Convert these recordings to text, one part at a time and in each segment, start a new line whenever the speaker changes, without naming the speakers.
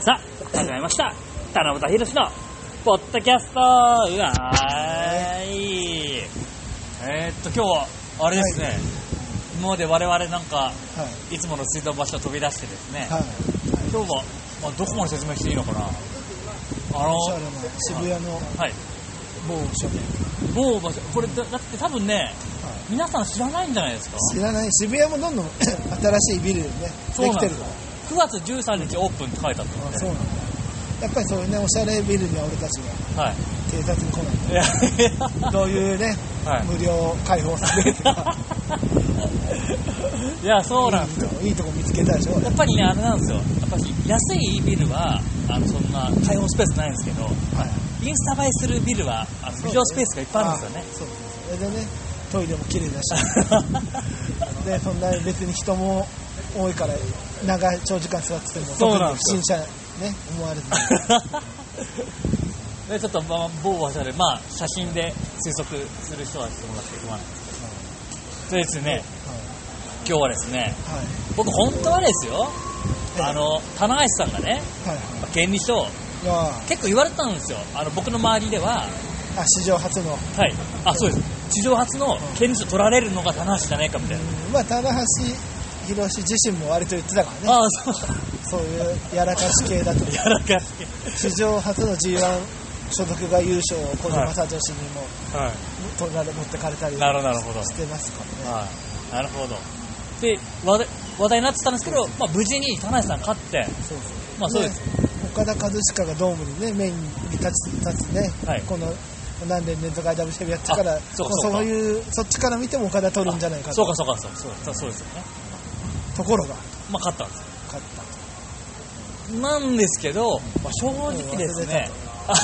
さあ、始まりました。田中宏の、ポッドキャストわーい。えー、っと、今日は、あれですね、今まで我々なんか、
はい。
いつもの水道橋を飛び出してですね、
はい。
今日は、まあ、どこまで説明していいのかなあの、
おしゃれ
は
な渋谷の
い、
某書店。
某場所、これだ、だって多分ね、
は
皆さん知らないんじゃないですか
い知らない。渋谷もどんど ん新しいビルね、
そう
で
な
き
んで
てる
す
か
よ9月13日オープンって書いてあった
ら。
ん
あ
で
そうなんだ。やっぱりそういうね、おしゃれビルには俺たちが
はい
警察に来ない
いや
と。どういうね、
はい
無料開放されるとか。
いや そうなんです
いいとこいいとこ見つけたでしょ。
やっぱりねあれなんですよやっぱり安いビルはあのそんな開放スペースないんですけどインスタ映えするビルはあの
そう
ビデオスペースがいっぱいあるんで
あそうそうそう。それでね、トイレも綺麗だし。
すよね
で、そんな別に人も多いから、長い長時間座ってても、
そうなんで
不
すよ
審者ね、思われずに。
でちょっと、まあ、某場所で、まあ、写真で推測する人はしてもらって構わないんですけどでですね今日はですね
はい。はい
僕本当はですよ
ええ
あの棚橋さんがね
はい
権利書
はい。
結構言われてたんですよあの僕の周りでは
あ、史上初の。
はいあそうです地上初の権利書取られるのが棚橋じゃないかみたいな、
まあ、棚橋宏自身も割と言ってたからね。
ああそう
そういうやらかし系だと。
やらかすぎ
史上初の G1 所属が優勝を小島聡にも
は
取られ持ってかれたり
なるほどなるほど
してますからね。
いなるほどで話題話題になってたんですけど、まあ、無事に棚橋さん勝って
そうそう。
まあそうです、
ね。岡田和親がドームにね、メインに立つ立つね、
はい
この何年連続 IWC やってから、
あそうかそ
まあ
うか
そういう、そっちから見ても岡田取るんじゃないか
そう。
と
かそうかそうそうそうそうですよね
ところが、
まあ勝ったんです
勝った
よなんですけど、まあ、正直ですね
と。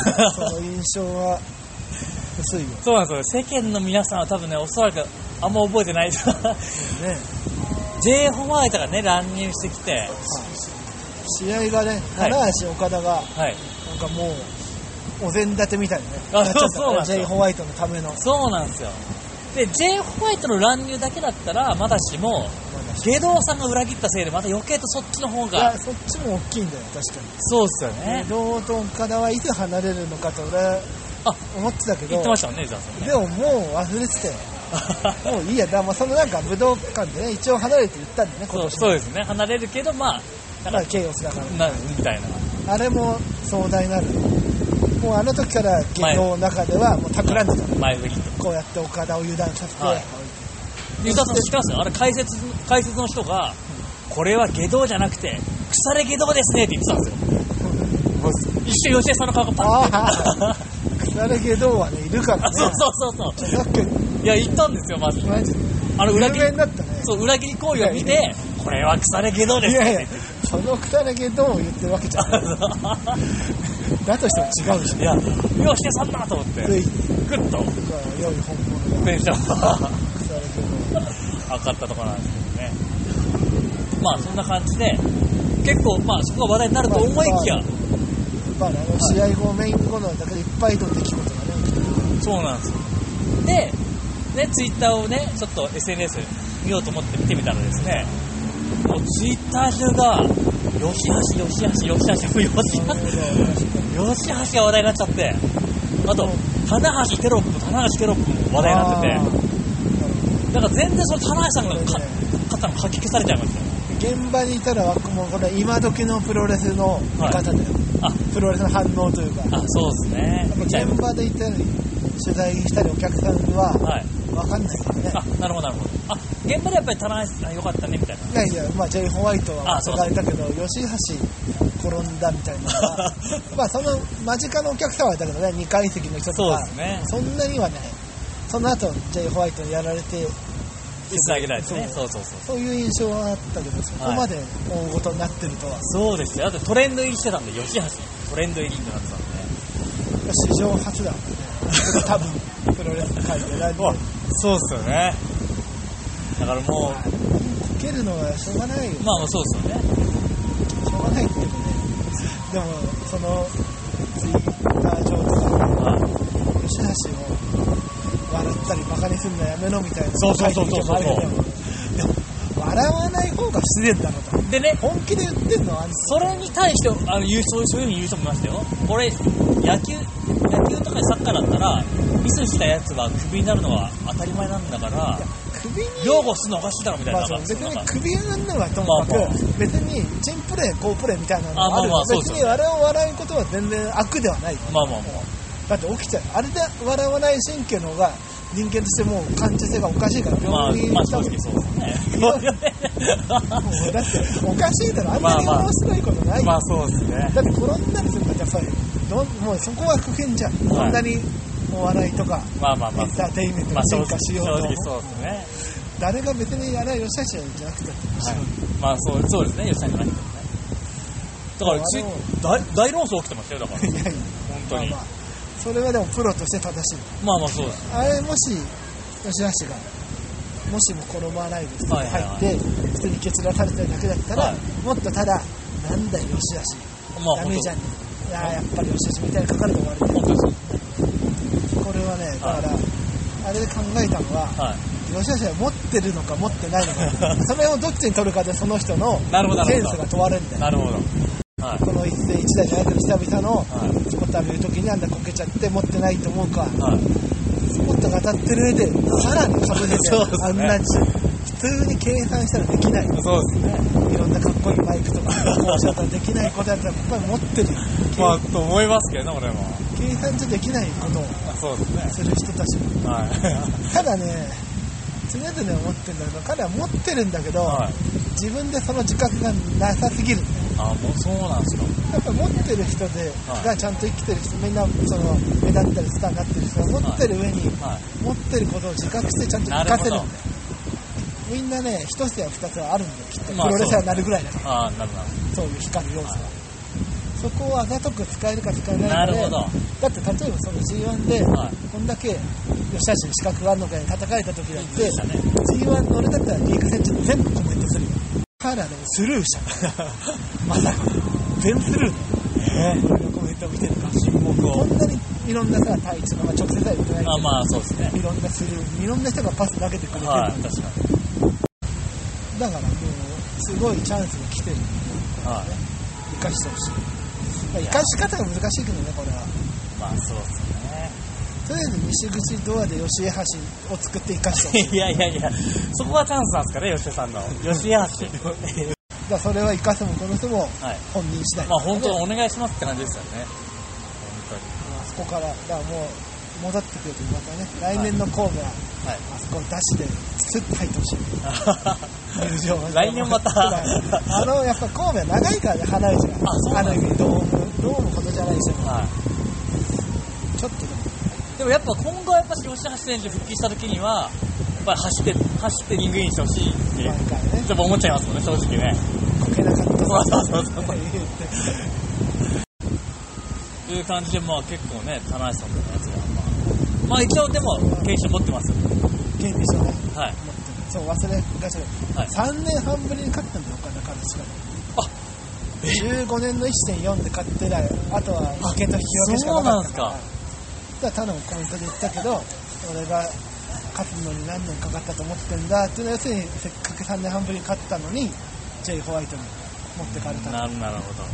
その印象は薄いよ
そうなんですよ世間の皆さんは多分ねおそらくあんま覚えてない
ね。
J ホワイトがね乱入してきて
試合がね、
はい
棚橋岡田が、
はい
なんかもう、お膳立てみたいにね、
あ
なっちゃった
そうそう
か
なん
ら、
です
J.
よ
ホワイトのための、ま
そうなんですよで J ホワイトの乱入だけだったらまだしも
だし
外道さんが裏切ったせいでまた余計とそっちの方
いや、
が
そっちも大きいんだよ、確か
そうっすよ
に。堂と岡田はいつ離れるのかと俺は
あ
思ってたけ
言
ど
って、ましたもんね伊沢さんね
でももう忘れて たよ。もういいや、だからまあそのなんか武道館でね、一応離れて言ったんだよね、今
そう
年
そ
も。
うですね離れるけどまあだ
ま
か
あケイオスだから
なみたいな
ら。あれも壮大なる。もうあの時から、芸能の中ではもう企んでたの。
前振りと
こうやって岡田を油断させて、
はい伊沢さん知ってますよあれ解説解説の人がこれは外道じゃなくて腐れ外道ですねって言ってたんですよ一瞬吉江さんの顔がパッ
あ
て
誰けどはね、いるからね。
そうそうそうそ
さっき
ういや言ったんですよマジで
マジ
あの
有
裏切り
名になったね
そう裏切り行為を見てこれは腐れ外道で
い
すね
や
っ
い
て
やその草薙どう言ってるわけじゃないだとしても違うでし ょ
いや、よしてさんだと思って、グ
つい
ッと、
僕は良い本物が
電車 が
草薙ど
上がったところなんですけどね。まあ、そんな感じで、結構、まあ、そこが話題になると思いきや、
まあねあの試合後メイン後のだけでいっぱいと出来事がね
そうなんですよ。で、ね、ツイッターをね、ちょっと SNS 見ようと思って見てみたらですね、もうツイッター中が、よしはし、よしはし、よしはし、よしはし、よしはしが話題になっちゃって、あと、棚橋テロップ、棚橋テロップも話題になってて、なんか全然その棚橋さんがか肩のかき消されちゃいましたよ
てて現場にいたらわもうこれ今時のプロレスの見方だよ、
あ
プロレスの反応というか
あそうですね見ちゃいま
現場でいたり取材したりお客さんは
すはい
わかんないよね
あなるほどなるほどあ現場でやっぱり棚橋さん良かったねみたいない
やいや、まあ、ジェイ・ホワイトは
あそう
憧れたけど、吉橋転んだみたいなの はまあその間近のお客様だったけどね、2階席の人とか、
そうですね
そんなにはね、その後ジェイ・ホワイトにやられて、
つなげられてねそうそうそう
そういう印象はあったけど、そこまで大ごとになってるとは、
そうですよあとトレンド入りしてたんで吉橋トレンド入りになってたんで
史上初だもんね、多分プロレス界でライブ
うわそうっすよねだからも
受けるのはしょうがないよ、
うまあそうっすよね
しょうがないっていうかね、でも、そのツイッター上と
ま
か。
あ
吉橋を笑ったりバカにするのやめろみたいな
そうそうそうそうそう
書いてる人もあるけど笑わない方が不自然だろうと
でね、
本気で言ってんのあんた
それに対してあの言うそうそういうふうに言う人もいましたよ、俺、野球野球とかサッカーだったら、ミスしたやつはクビになるのは当たり前なんだから、
首に
擁護するのおかしいだろみたい
ま
な、
あ、そう別
なん
に
か
首やんのはともかく、
まあまあ
別にチンプレー好プレーみたいなのがある
あまあまあそうで
別
すよ
に笑う笑うことは全然悪ではないよ
まあまあま
だって起きちゃうあれで笑わない神経の方が人間としてもう感受性がおかしいから
あ、まあ、
病院
ま
行
あ、
った
正
方が
直そうですね。
もうだっておかしいだろあんなに
まあまあ
面白いことないよ
まあそうですね。
だって転んだりするからやっぱりどんもうそこは不変じゃん、
い
そんなにお笑いとか
まあまあ
エ
まあ
ン。ターテインメント
まあ
に
正
進
直
化しようと、
正直そうですね。
誰が別にあれはよしあしじゃなくて、
はい、まあそうそうですね、吉田じゃないけどね。だからうち
あの
大大論争起きてましたよ、だ から、本
いやいや
当に。
ま
まあ
あまあそれはでもプロとして正しい
まあ、そうです。
あれもし吉橋がもしも転ばないで普通に
はいはい
入
はい
って普通に蹴散らされてるだけだったら、
はい
もっとただなんだよ吉
ま
橋
あ
ダ
本
メじゃん
当
いやーやっぱり吉橋みたいに書かれて終わりだよ
本当ですよ。
これはねだから、あれで考えたのは
は
吉橋は持ってるのか持ってないのかその辺をどっちに取るかでその人の
なるほどな
セ
る
ン
ほど
スが問われるんだ
い。
よ
なるほど。はい。
この一世一代じゃないけど久々の
は
スポッター見るときにあんなこけちゃって持ってないと思うか
い。はい。
もっと語ってる上で、さらにかぶせて、
そうですね
あんなに、普通に計算したらできない。
そうですね。
いろんなかっこいいバイクとか、こうしちゃったらできないことだったら、やっぱり持ってるよ。
まあ、と思いますけどね、俺も。
計算じゃできないことを
まあそうですね。
する人たちも。
はい。
ただね、常々思ってるんだけど、彼は持ってるんだけど、
はい。
自分でその自覚がなさすぎるんだよ。
あ、もうそうなんですか。
やっぱ持ってる人で、
はい
がちゃんと生きてる人、みんな、その、目立ったりスターになってる人が持ってる上に、
は
持ってることを自覚してちゃんと活かせるんだよみんなね一つや二つはあるんだよきっと、
まあ
プロレスラーになるぐらいだか
い。ああ、なるほ
らそういう光る要素が、
は
そこをあざとく使えるか使え
ど。
な
ない
か
る
で
ほど。
だって例えばその G1 で、
はい。
こんだけ吉田氏に資格があるのかに戦えた時だっ
いい
て
でしたね。
G1 の俺だったらリーグ戦中全部コメントするよ彼らでもスルーしたまさか全スルー
え
だよ俺のコメントを見てるから
沈黙
こ
を。
んなにいろんなさ対一とかまあ直接は言ってないけど
あまあそうですね。
いろんなスルーいろんな人がパス投げてくれてる、
はい。確か
だからもうすごいチャンスが来てる
に。はい。
生かしてほしいまあ生かし方が難しいけどねこれは
まあそうですね。
とりあえず西口ドアで吉江橋を作って生かしてほし い
いやいやいや、そこがチャンスなんですかね、吉田さんの。吉田橋。
だからそれは生かすも殺すも
はい。
本人次第、
まあ本当にお願いしますって感じですよね。本
まあそこからだからもう戻ってくるとまたね来年の神戸は
はい
あそこを出しでスッと入ってほしい
当に。
入場 は
来年また
あのやっぱ神戸は長いからね花市が
あそうなん
あ
だ
る意味ドームドームほどじゃないですよ
は
ちょっとでも
い。でもやっぱ今後はやっぱ吉田選手復帰した時には、やっぱり走って、走ってリングインしてほしいって、
毎回ね
ちょっと思っちゃいますもんね、正直ね。
こけなかった
そうそうそう そう
言って
という感じで、まあ結構ね、田中さんのやつが、まあ、まあ一応でも、研修持ってます。
ゲーム一緒だ持って
はい。
るそう忘れがちだ
はい。
3年半ぶりに勝ったんだよ岡田和志が15年の1.4で勝って以来あとは負けと引き分けしかなか
そうなん
ったからだから他のコメントで言ったけど俺が勝つのに何年かかったと思ってんだっていうのは要するにせっかく3年半ぶりに勝ったのに J ホワイトに持ってかれたんだ
なるなるほど。
か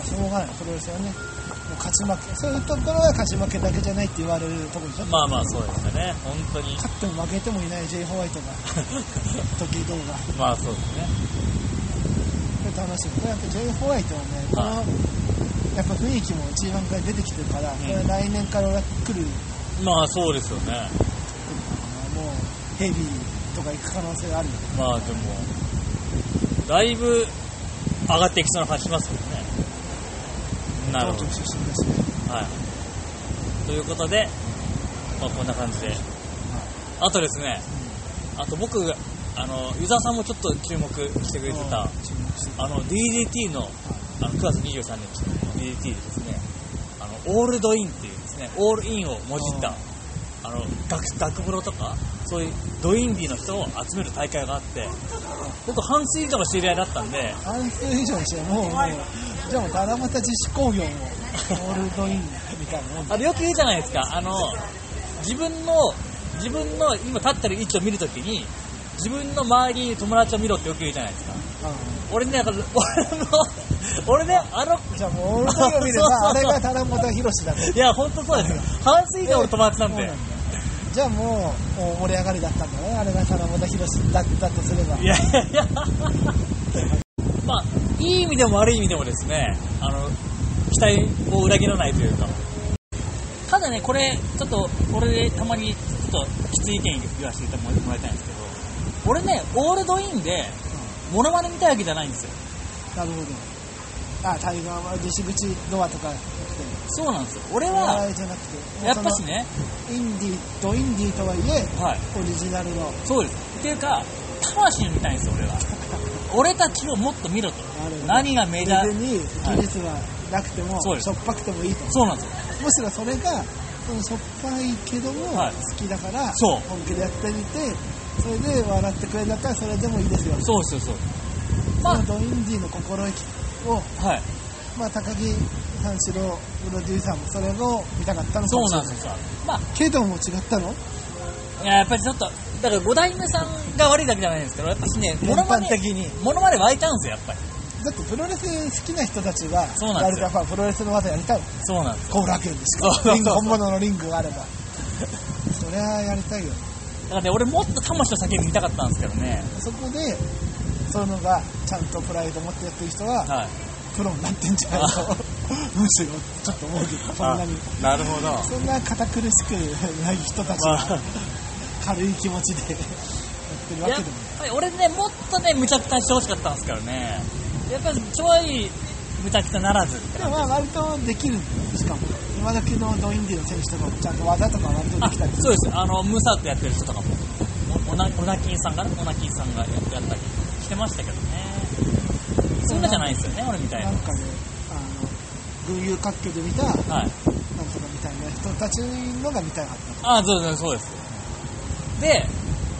らしょうがないプロレスはねもう勝ち負けそういうところは勝ち負けだけじゃないって言われるところでしょ
まあまあそうですよね。本当に。
勝っても負けてもいない J ホ ワイトが時動画
まあそうですね。
これ楽しみこれやっぱ J ホワイトはねこの
は
やっぱ雰囲気も G1 から出てきてるから、
ん
これは来年から来る
まあそうですよね。
もうヘビーとか行く可能性があるよね
まあでも、だいぶ上がっていきそうな感じしますもんね。なるほど。
東京出身だしね
はい。ということで、まあこんな感じで。あとですね、あと僕、あの、湯沢さんもちょっと注目してくれてた、
注目してた
あの DDT のあの9月23日の DDT でですねあのオールドインっていうですねオールインをもじったあの学学風呂とかそういうドインディの人を集める大会があって僕半数以上が知り合いだったんで
半数以上にしてもうもうじゃあもう七夕自主工業もオールドインみたいなもんだ
あのよく言うじゃないですかあの自分の自分の今立ってる位置を見るときに自分の周りに友達を見ろってよく言うじゃないですか。俺ね、だから俺も、俺ね、あの、
じゃあもう俺だけを見ればあれが田本博士だと
いや、ほんとそうですよ。半数以上俺友達なん
そう
で
な。んだじゃあもう大盛り上がりだったんだねあれが田本博士だったとすれば
いやいやいや。まあ、いい意味でも悪い意味でもですね、あの、期待を裏切らないというか。ただね、これ、ちょっと、俺でたまに、ちょっと、きつい意見言わせてもらいたいんですけど、俺ね、オールドインで、モノマネ見たいわけじゃないんですよ。
なるほどあタイガーは西口ドアとかって
そうなんですよ。俺
お
は、
笑いじゃなくて
やっぱし
ね
ね、
インディーとインディーとはいえ
はい。
オリジナルの
そうです。っていうか、魂を見たいんですよ、俺は。俺たちをもっと見ろと。
なるほど
何がメ
別
ジャー。
に技術がなくても、
そうです
しょっぱくてもいいと
そうなんですよ。
むしろそれがそのしょっぱいけども
はい
好きだから、
そう
本気でやってみてそれで笑ってくれるんだったらそれでもいいですよ
そうですよ、そうです。ま
そのドインディの心意気を、
あ、はい。
まあ、高木三四郎プロデューサーもそれを見たかったのか
そう
もしれ
な
なんい
ですよ。まあ、
けども違ったの
いややっぱりちょっと、だから五代目さんが悪いだけじゃないんですけど、やっぱしね、
全
モノマ
般
ネ、
的に
モノマネ湧いたんですよ、やっぱり。
だってプロレス好きな人たちが
そうなん
や
ですよ
るとやっぱプロレスの技やりたい
そうなんですよ。
後楽園でし
そうそうそ
か
う
リング本物のリングがあればそりゃあやりたいよ
だからね、俺もっと魂の叫び見たかったんですけどね。
そこでそういうのがちゃんとプライド持ってやってる人は
はい。
プロになってんじゃないの むしろちょっと思うけどそんなに
あなるほど。
そんな堅苦しくない人たち
ま
が
あ
軽い気持ちで やってるわ
や
け
っ
でもない
ぱり俺ね、もっとね、むちゃくちゃしてほしかったんですけどね。やっぱりちょい、むちゃくちゃならず。
でもまあ割とできるんだよしかも今時のドインディの選手とかもちゃんと技とか割とで
あ、
きたりす
そうです。あの、ムーサートやってる人とかも、おおなおなきんさんがね、おなきんさんがややったりしてましたけどね。そんなじゃないですよね、俺みた
る
い
な
な。
んかねあの群雄割拠で見たなんとか
はい。
みたいな人たちのが見たかっ
あそうですそうですで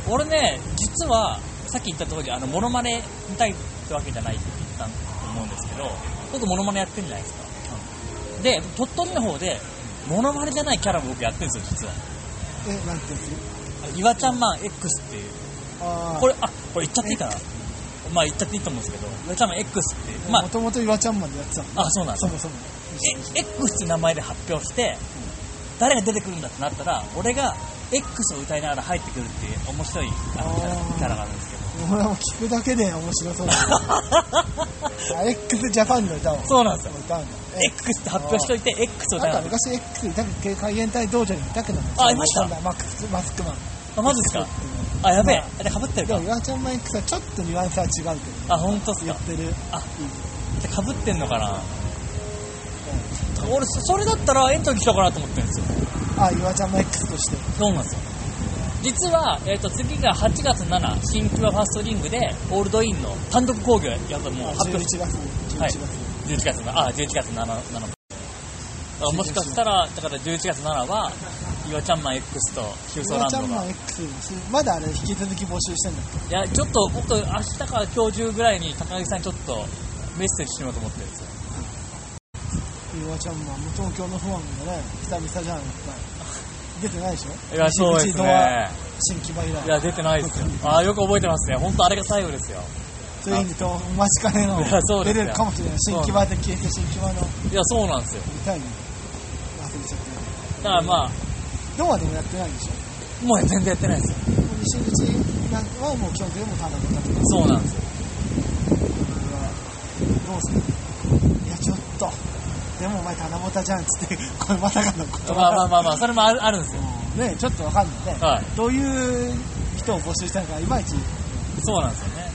俺ね実はさっき言った通りあのモノマネ見たいってわけじゃないって言ったと思うんですけど僕モノマネやってるじゃないですか、で鳥取の方でモノマネじゃないキャラも僕やってるんですよ実は
たえなんてやつ
イワちゃんマン X っていう
ああ
これあこれ言っちゃっていいかなまあ言っちゃっていいと思うんですけどイワちゃんマン X っていうま
もともと岩ちゃんマンでやってたの
ああそうなんです
そもそも
え X って名前で発表して、誰が出てくるんだってなったら、俺が X を歌いながら入ってくるっていう面白いあのキャラ
あー
キャラがあるんですけど。
俺はもう聞くだけで面白そうだね あ x ジャパンの歌を
そうなんですよ。
歌うんだえ
X って発表しといて、X を歌
ないん
なが
か
ら。
昔 X いたけど海援隊道場にいたけどね
あいました
マックスマスクマン
あ、マジですか
っていうの
あ、やべえ。
まあ
あれ、かぶってる
で
か
も。岩ちゃんマン X はちょっとニュアンスは違うけどね
あ、ほんとっす
言
か
っ。てる
あ、かぶってんのかな俺、そそれだったらエントリーしようかなと思ってるんですよ。
あ岩ちゃんマン X として
そうなんですよ。実は、えっ、と、次が8月7、新クワファーストリングで、オールドインの単独興行やったらもう発
11
表
月11
はい
月
11月のあ11月7日もしかしたらだから11月7は岩ちゃんマン X とヒューソー
岩ち
ラ
ゃ
ン
ん
ド
マ
が
ン X まだあれ引き続き募集してんだっけ
いやちょっと僕明日か今日中ぐらいに高木さんにちょっとメッセージしようと思ってるんですよ
岩ちゃんマンも東京のファンがね久々じゃんやっぱり出てないでしょ
いやそうですね
新木場以来
いや出てないですよあーよく覚えてますね本当あれが最後ですよ
ついにとお待ちかねの
いやそうです
出
よ
れるかもしれない新木場で消えて新木場の
いやそうなんですよ
みたいに忘れちゃって
だからま
ドアでもやってないでしょ
あもう全然やってないですよ
西口なんかはもう基本的にもう田中だとか
そうなんですよ
どうするいやちょっとでもお前七夕じゃんっつって これまさかの言葉
まあまあまあまあそれもあるあるんですよ
ねちょっとわかんないね、
はい
どういう人を募集したのかいまいち
そうなんですよね。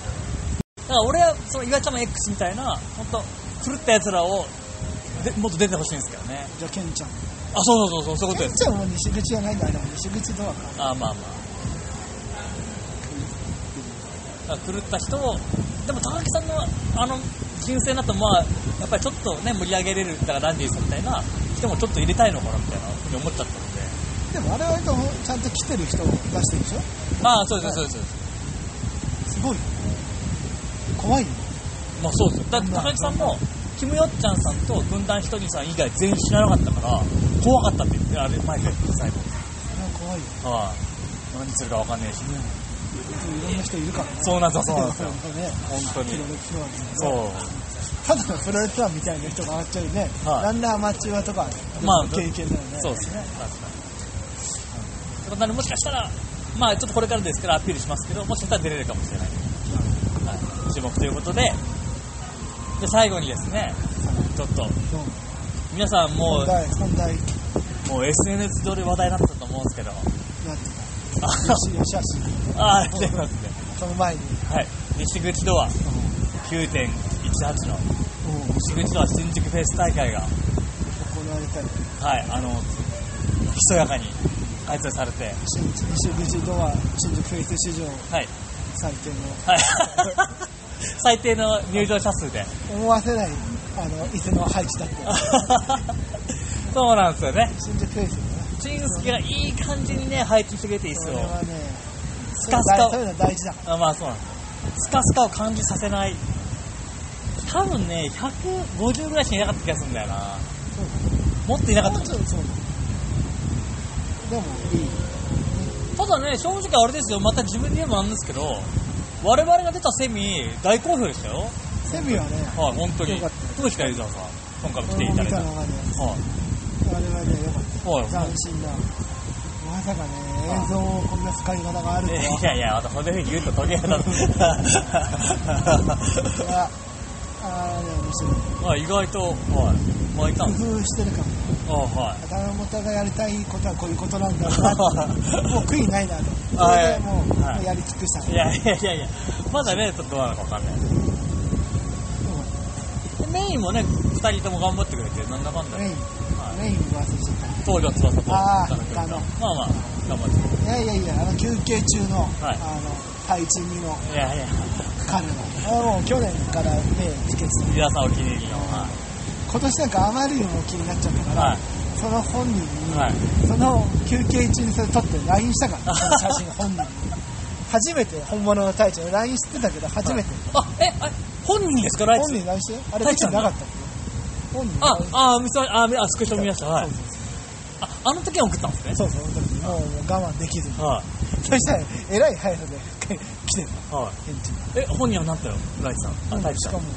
だから俺は、その岩ちゃんの X みたいな、本当狂った奴らを、でもっと出てほしいんですけどね。
じゃあケンちゃん
あ、そうそうそう、そういうこ
ケ
と
ン
です。
ちゃんは西口じゃないんだあれは西口ドアか
あ、まあまあ。だから狂った人を、でも高木さんのあの人生だと、まあ、やっぱりちょっとね、盛り上げれる、だからランディさんみたいな人もちょっと入れたいのかなみたいなふうに思っちゃったので。
でもあれは割とちゃんと来てる人を出してるでしょ
ああ、そうです、そうです。そうです
ごい怖いよ
すまあそうですよ。だって高木さんも、キムヨッチャンさんと軍団一人さん以外全員知らなかったから、怖かったって言って、あれ、前で最後。
いや怖いよ
はい、何するか分かんないし、
ねいろんな人いるからね
そうなんですよそうなんですよ
本当ね
本当に
プロレスラーですけど
そう
ただのプロレスラーみたいな人が上がっちゃうよね、
はい
ランナーアマチュアとか、
まあ
経験だよね
そうですね確かになのでもしかしたらまあちょっとこれからですからアピールしますけどもしかしたら出れるかもしれない、はい、注目ということでで最後にですねちょっと
どうも
皆さんも
本題本題
うもう SNS 上で話題になったと思うん ですけど
なんていう
あ
かよし よしよし
あありがとうございますね
その前に、
はい西口ドア9.18の
うんうん
西口ドア新宿フェス大会が
行われたり
はいあのひそやかに開催されて
新西口ドア新宿フェイス史上
はい
最低の
はい 最低の入場者数で
思わせないあの椅子の配置だったよ
そうなんですよね
新宿フェイスだね
チンスキがいい感じにね配置してくれて椅
そ
子
れ
を
はね
スカスカ
そういうの大事だ
あまあそうなんですスカスカを感じさせない多分ね150ぐらいしかいなかった気がするんだよな持っていなかった
そうそうでもいい
ただね、正直あれですよ、また自分で言うのもなんですけど、我々が出たセミ、大好評でしたよ。はい、
セミはね
本当に
よかった。
どうしたゆうじゃんさん。今回も来てい
俺も
ただい
見
て。
た
はい。
のがねあれはねよかっ
はい
た斬新なまさかね映像をこんな使い方があると
えい
は
やいや、またそんな風に言うととりあえず。
これはあれは面白い
まあ意外と、はい。巻いたんです。
工夫してるかも
あは
頭元がやりたいことはこういうことなんだろうなって
い。
もう悔いないなとそ
はい
れでもう
はい
もうやり尽くした
いやいやいやいや、まだね、ちょっとどうなのかわかんない。でメインもね、二人とも頑張ってくれて、なんだかんだ。
メイン
はい
メイン忘れちゃっ
東京翼と
あー
田中君が
あの
まあまあ、頑張ってくれ
たいやいやいやあの休憩中の、
はい
あの配置2の
て。いやいや、
彼のあもう去年から目つけてた
皆さんお気に入りの。は
今年なんかあまりにも気になっちゃったか
い。
ら、
はい
その本人に、
はい。
その休憩中にそれ撮って LINE し たから、その写真本人に初めて本物の太一を LINE してたけど初めて、
あ、え、あ本人ですか、ライ
本人
チ。
に LINE してあ
太
れ出
一
て
さん
なかったっけ本人に
あ
LINE、
あ、見せ、あ、みあ、スクショ見ました。はい
そう。
あ、あの時は送ったんですね。
そうそう、その時もう我慢できずに。
は
そしたら、えらい速さで 来てる
い。は
返事
い。え、本人はなんたよ、ライチさん。あ、
が。
ライ
し
チ
か
さん。
も、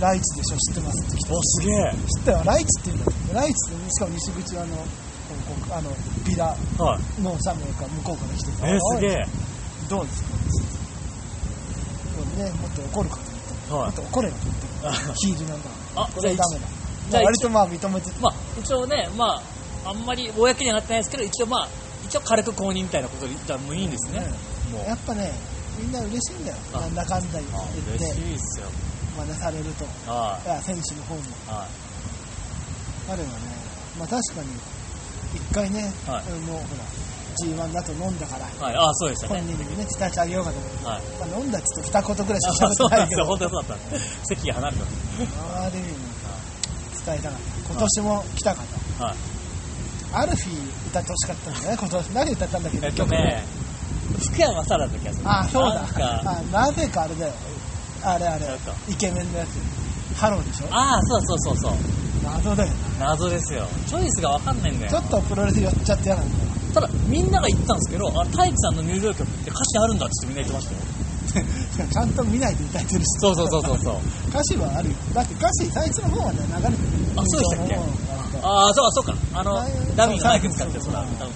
ライチでしょ、知ってますって来て。
お、すげえ。
知ったよ、ライチって言うんだって。ライチって、しかも西口はあの、こうこうあの、ビラ
はい。
の社名が向こうから来てた。
えー、すげ
おい
え。
どうですかこれね、もっと怒るかと思った。も
は
っ
い。
と怒れよと思った。ヒールなんだ。
あ、
こ
じゃあ
れ
一
ダメだ。
じゃあ
まあ割とまあ認めて、
まあ、一応ね、まあ、あんまり公にはなってないですけど、一応まあ、一応軽く公認みたいなことで言ったらもういいんですね。もう。
やっぱね、みんな嬉しいんだよ。
あ
なんだかんだ言
あ
っ、
嬉していっすよ。
真似されると。
はい
や選手の方も
い。は
彼はね、まあ、確かに一回ね、
は
もうほら G1 だと飲んだから
い。はい。あ、そうでした
本
ね。
人にね伝えてあげようかと思って、
はい。
まあ、飲んだっつって二言ぐらいしか
あ、
喋
そ
っ
う
て
な
なん
で
いけ
すよ。
ど
本当にそうだったんです。席が離れたんです。
ある意味伝えたかった今年も来たかった
はい。
アルフィー歌ってほしかったんだね今年何歌ったんだっけ
えっとね、福山雅治だった気がする。
あそうだ
なんか、
あなぜかあれだよあれあれ
なんか
イケメンのやつハローでしょ
ああ、そうそうそうそう。
謎だよ
謎ですよ。チョイスがわかんないんだ
ちょ
よ。
っとプロレス寄っちゃって嫌なん だよ
ただ、みんなが言ったんですけど、あ、太一さんの入場曲って歌詞あるんだっつってみんな言ってましたよ。
ちゃんと見ないで歌えてるし
そうそうそうそうそう。
歌詞はあるよだって歌詞最初の方はね流れてる
あそうでしたっけ
印象の方が
ああ、そうかそうか。あの
ああいう、
ダミーが早く使ってる、そうだ、
そう
多分。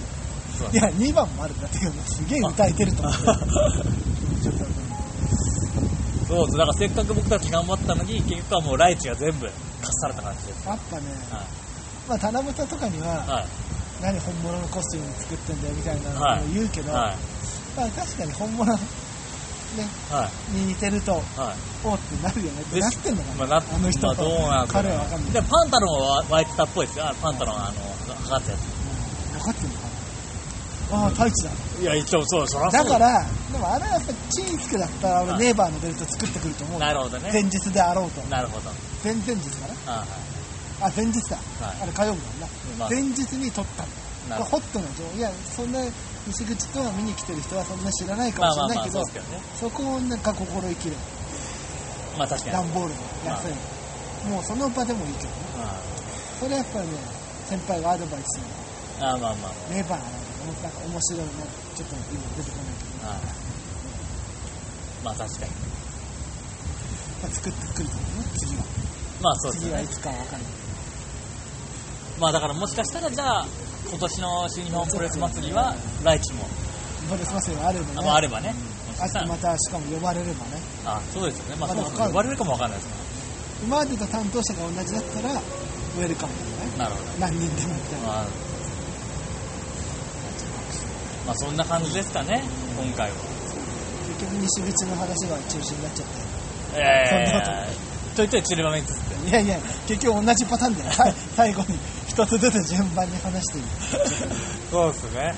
そう
いや2番もあるんだってけどすげえ歌えてると 思ってちょっと
そうそう、だからせっかく僕たち頑張ったのに、結局はもうライチが全部、かっされた感じです。
やっぱね
はい
まあ七夕とかには
はい。
何本物のコスチューム作ってんだよみたいな
はい
のを言うけど、
はい。
まあ、確かに本物ね
は
に似てると
い。はい。
おーってなるよねって
で
なっ
す
てんのかな、
まあ、な
あの人
まあ、どうなん
彼はわかんない
でパンタロンは湧いてたっぽいですよ。あのパンタロン、あの、測ったや
分かってんのかなああ太一だ
つ。いや、一応そう、そら
だからでもあれはやっぱチンスクだったら俺ネイバーのベルト作ってくると思う
なるほどね。
前日であろうと
なるほど。
前々日かな
あ
あ前日だ、
はい
あれ火曜日だな、
まあ
前日に撮ったの
あ、な
これ
るほ
ホットな情報いやそんな西口とは見に来てる人はそんな知らない
ど。
か
ま
も
あ
し
まあ
れ
ま
な
あ、そ
いけど、
うですけどね。
そこをなんか心意気で
まあ確かに。
段ボールで
まあ
安いのもうその場でもいいけどねそれやっぱりね先輩がアドバイスする
ああまあまあま
ネバーなんかなんか面白いなちょっと今出てこないけど、
まあ確かに。
まあ、作ってくると思うね次は
まあそうです
次
よ
はい
ね。
つかは分かんない
まあだからもしかしたらじゃあ、今年の新日本プロレス祭りは来期も、
プロレスマスがあればね
あまああればね。もし
あ
かした
とま
ら
たしかも呼ばれればね
あ、そうですよね。まあそも
まだわ
そ
かん
も
ない
言われるかもわかんないですもんね
今までと担当者が同じだったらウェルカムだよね
なるほど。
何人でもいたら
まあ、まあそんな感じですかね、今回は。
結局西口の話が中心になっちゃっ
えー、ちょいちょい散りばめつつって。
たいやいや結局同じパターンだよさ最後に一つずつ順番に話している
そうですね。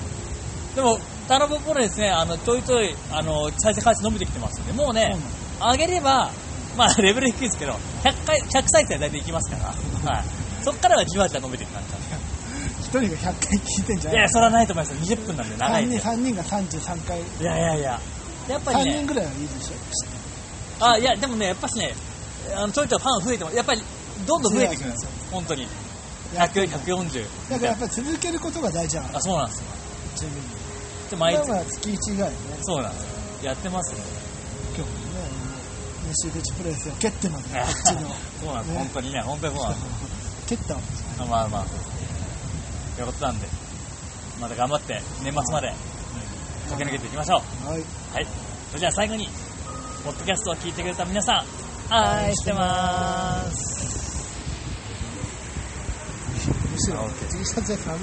でも、タラボポロですね、あの、ちょいちょい、あの、再生回数伸びてきてますんで、もうね、上げれば、まあ、レベル低いですけど、100回、100再生は大体いきますから、はい。そっからはじわじわ伸びていく感じなんで
一人が100回聞いてんじゃ
い
な
や、
い
それはないと思いますよ。20分なんで長い
三
んで
人
すよ。
三人が33回
いやいやいや。やっぱ
3
り
人
ね、
ぐらいはいいでしょ
あ、いや、でもね、やっぱしね、あの、ちょいちょいファン増えても、やっぱり、どんどん増えていくんですよ。本当に。100、140。
だからやっぱり続けることが大事なの
あ、そうなんですよ。
自分に
で、
ま
毎
あ
月、
まあ月1ぐらいね
そうなんですよ。やってますね。
今 日もね西口プロレスを蹴ってますねこっち の
そうなんです、
ね
本当にね、本当にそうなんです。
蹴ったわけじゃない
まあまあ、そうですね。ということなんで、また頑張って、年末まで、駆け抜けていきましょう。
はい
はい。それじゃあ最後に、ポッドキャストを聞いてくれた皆さん、愛してまーす。
むしろ T シャツで寒い